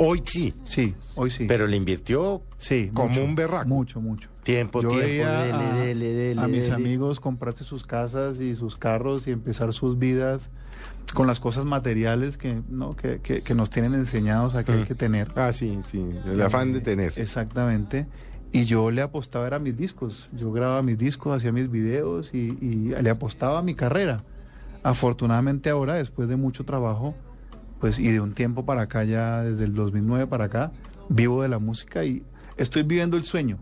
Hoy sí, sí, hoy sí. pero le invirtió sí, como mucho, un berraco. Mucho, mucho. Tiempo, Yo tiempo, veía dele, a, dele, dele, a mis dele. amigos comprarse sus casas y sus carros y empezar sus vidas con las cosas materiales que, ¿no? que, que- que nos tienen enseñados a que Mm. hay que tener. Ah, sí, sí, el afán de tener. Exactamente. Y yo le apostaba era a mis discos. Yo grababa mis discos, hacía mis videos y, y le apostaba a mi carrera. Afortunadamente ahora, después de mucho trabajo, pues y de un tiempo para acá, ya desde el 2009 para acá, vivo de la música y estoy viviendo el sueño,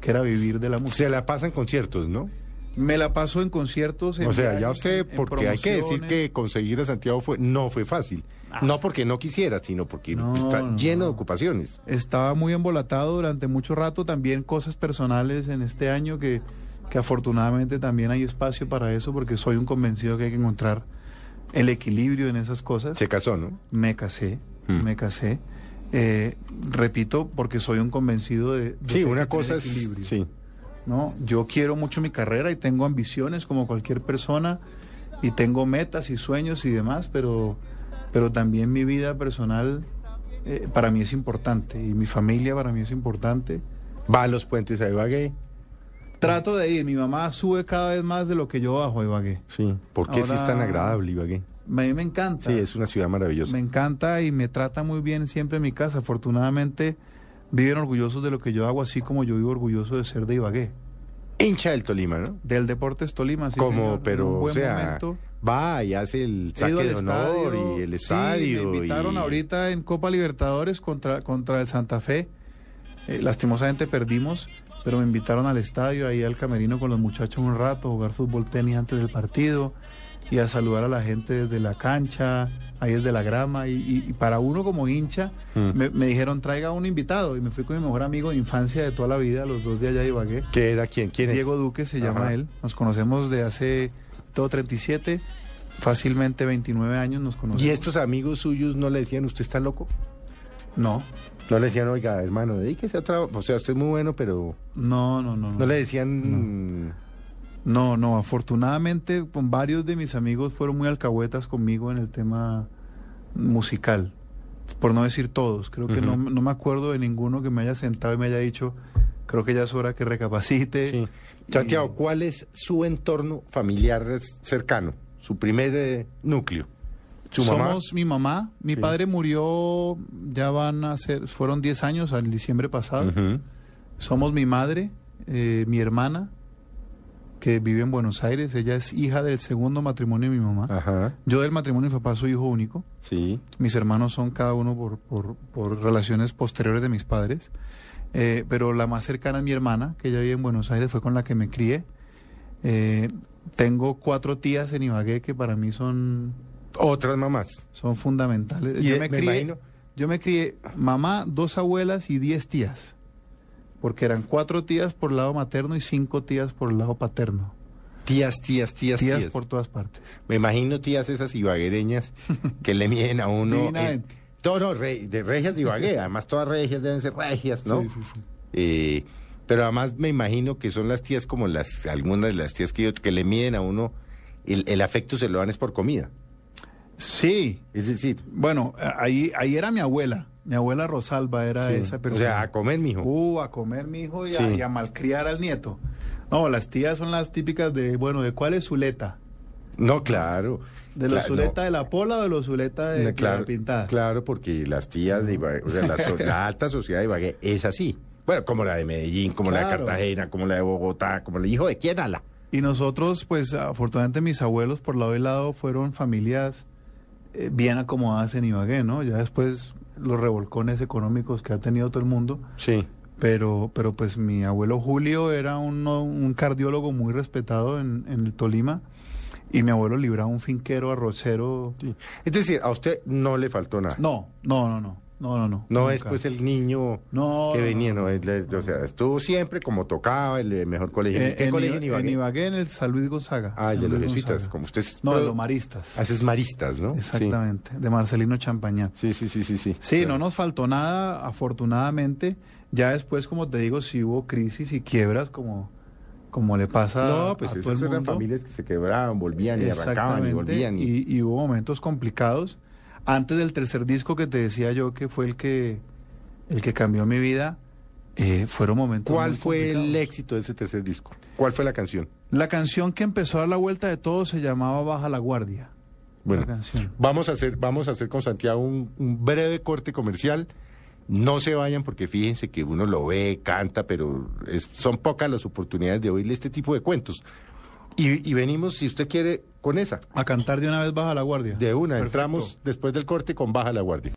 que era vivir de la música. Se la pasan conciertos, ¿no? Me la paso en conciertos. en O sea, ya viajes, usted, en- en porque hay que decir promociones. Ah. que conseguir a Santiago fue, no fue fácil. No porque no quisiera, sino porque No, está no. lleno de ocupaciones. estaba muy embolatado durante mucho rato, también cosas personales en este año que, que afortunadamente también hay espacio para eso porque soy un convencido que hay que encontrar el equilibrio en esas cosas. Se casó, ¿no? Me casé, Hmm. me casé. Eh, repito, porque soy un convencido de... de que Sí, hay una que tener cosa es... equilibrio. Sí. ¿no? Yo quiero mucho mi carrera y tengo ambiciones como cualquier persona y tengo metas y sueños y demás, pero, pero también mi vida personal eh, para mí es importante y mi familia para mí es importante. Va a los puentes a Ibagué. Trato de ir, mi mamá sube cada vez más de lo que yo bajo a Ibagué. Sí. ¿Por qué sí es tan Ahora- agradable Ibagué? A mí me encanta. Sí, es una ciudad maravillosa. Me encanta y me trata muy bien siempre en mi casa. Afortunadamente viven orgullosos de lo que yo hago, así como yo vivo orgulloso de ser de Ibagué. Hincha del Tolima, ¿no? Del Deportes Tolima, sí, Como, señor, en un pero, o buen sea, momento. va y hace el He ido saque al de honor estadio, y el sí, estadio. me invitaron y- ahorita en Copa Libertadores contra, contra el Santa Fe. Eh, lastimosamente perdimos, pero me invitaron al estadio, ahí al camerino con los muchachos un rato, a jugar fútbol tenis antes del partido y a saludar a la gente desde la cancha, ahí desde la grama. Y, y- y para uno como hincha, Mm. me, me dijeron traiga un invitado y me fui con mi mejor amigo de infancia de toda la vida, los dos de allá de Ibagué. ¿Qué era quién? ¿Quién es? Diego Duque se llama Ajá. él. Nos conocemos de hace todo 37, fácilmente 29 años nos conocemos. ¿Y estos amigos suyos no le decían, usted está loco? No, No le decían, oiga, hermano, dedíquese a otra... O sea, usted es muy bueno, pero... no, no, no. No le decían... no, no, afortunadamente con varios de mis amigos fueron muy alcahuetas conmigo en el tema musical. Por no decir todos, creo que no, no me acuerdo de ninguno que me haya sentado y me haya dicho, creo que ya es hora que recapacite. Sí. Santiago, ¿cuál es su entorno familiar cercano? Su primer eh, núcleo. Su Somos mamá. mi mamá. Mi Sí. padre murió, ya van a ser, fueron 10 años al diciembre pasado. Ujú. Somos mi madre, eh, mi hermana, que vive en Buenos Aires. Ella es hija del segundo matrimonio de mi mamá. Ajá. Yo del matrimonio de mi papá soy hijo único. Sí. Mis hermanos son cada uno por, por- por relaciones posteriores de mis padres. Eh, pero la más cercana es mi hermana, que ella vive en Buenos Aires, fue con la que me crié. Eh, tengo cuatro tías en Ibagué que para mí son, Otras mamás. son fundamentales. Y, yo eh, me me crié- imagino- yo me crié mamá, dos abuelas y diez tías. Porque eran cuatro tías por lado materno y cinco tías por lado paterno. Tías, tías, tías, Tías, tías. por todas partes. Me imagino tías esas ibaguereñas que le miden a uno. eh, Divinamente. no, no, re- de regias de Ibagué. Además, todas regias deben ser regias, ¿no? Sí, sí, sí. Eh, pero además me imagino que son las tías como las algunas de las tías que, yo- que le miden a uno el, el afecto se lo dan es por comida. Sí, Es decir, bueno, a- ahí, ahí era mi abuela. Mi abuela Rosalba era sí. esa o persona. sea, a comer, mijo. Uh, a comer mi hijo y, a, Sí. y a malcriar al nieto. No, las tías son las típicas de, bueno, ¿de cuál es Zuleta? No, claro. ¿De los Cla- Zuleta no. de la Pola o de los Zuleta de, No, de la Pintada? Claro, porque las tías de Ibagué, o sea, la, so- la alta sociedad de Ibagué es así. Bueno, como la de Medellín, como la de Claro. Cartagena, como la de Bogotá, como el hijo de quién, ala. Y nosotros, pues afortunadamente mis abuelos por lado y lado fueron familias eh, bien acomodadas en Ibagué, ¿no? Ya después los revolcones económicos que ha tenido todo el mundo, Sí. pero, pero pues mi abuelo Julio era un, un cardiólogo muy respetado en, en el Tolima y mi abuelo Libra un finquero arrocero. Es decir, a usted no le faltó nada. No, no, no, no. No, no, no. No nunca. es pues el niño No, que no, venía, no, es la- o sea, estuvo siempre como tocaba, el eh, mejor colegio. Eh, ¿Qué en, colegio Iba- en Ibagué? en Ibagué, en el San Luis Gonzaga. Ah, San el de los Luis jesuitas, Gonzaga. como ustedes. No, de pero- los maristas. Haces maristas, ¿no? Sí. Exactamente, de Marcelino Champañat. Sí, sí, sí, sí, sí. Sí, Claro. no nos faltó nada, afortunadamente. Ya después, como te digo, sí hubo crisis y quiebras, como, como le pasa No, pues a todo esas el eran mundo. familias que se quebraban, volvían y arrancaban y Exactamente, volvían. Y... y- y hubo momentos complicados. Antes del tercer disco que te decía yo, que fue el que, el que cambió mi vida, eh, fueron momentos ¿Cuál muy fue el complicados. éxito de ese tercer disco? ¿Cuál fue la canción? La canción que empezó a dar la vuelta de todo se llamaba Baja la Guardia. Bueno, La canción. vamos a hacer, vamos a hacer con Santiago un, un breve corte comercial. No se vayan porque fíjense que uno lo ve, canta, pero es- son pocas las oportunidades de oírle este tipo de cuentos. Y, y venimos, si usted quiere, con esa. A cantar de una vez Baja la Guardia. De una, Perfecto. entramos después del corte con Baja la Guardia.